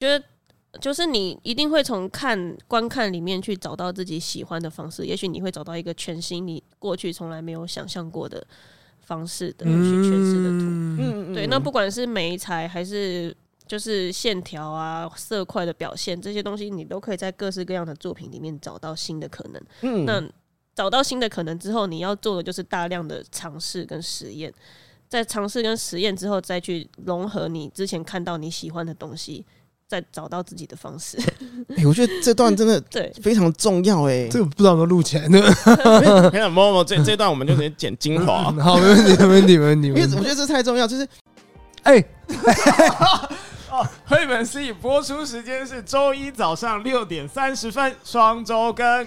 觉得就是你一定会从看观看里面去找到自己喜欢的方式，也许你会找到一个全新你过去从来没有想象过的方式的去诠释的图。嗯，嗯对，那不管是媒材还是就是线条啊、色块的表现这些东西，你都可以在各式各样的作品里面找到新的可能。嗯那找到新的可能之后，你要做的就是大量的尝试跟实验，在尝试跟实验之后，再去融合你之前看到你喜欢的东西，再找到自己的方式。 哎，我觉得这段真的对，非常重要哎。这个不知道有没有录起来呢？我 跟你讲，Momo 这这段我们就直接剪精华， 好，没问题，没问题，没问题。因没为问我题觉得这太重要，就是哎， 绘本 C 播出时间是周一早上六点三十分，双周更，